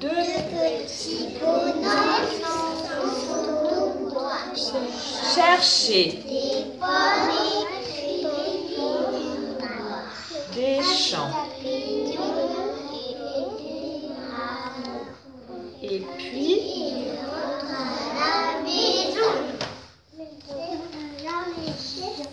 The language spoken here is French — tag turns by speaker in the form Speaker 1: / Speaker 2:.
Speaker 1: Deux
Speaker 2: petits bonhommes sont autour toi.
Speaker 1: chercher
Speaker 2: Des pommes et des pommes
Speaker 1: des champs.
Speaker 2: et des pommes.
Speaker 1: Et puis,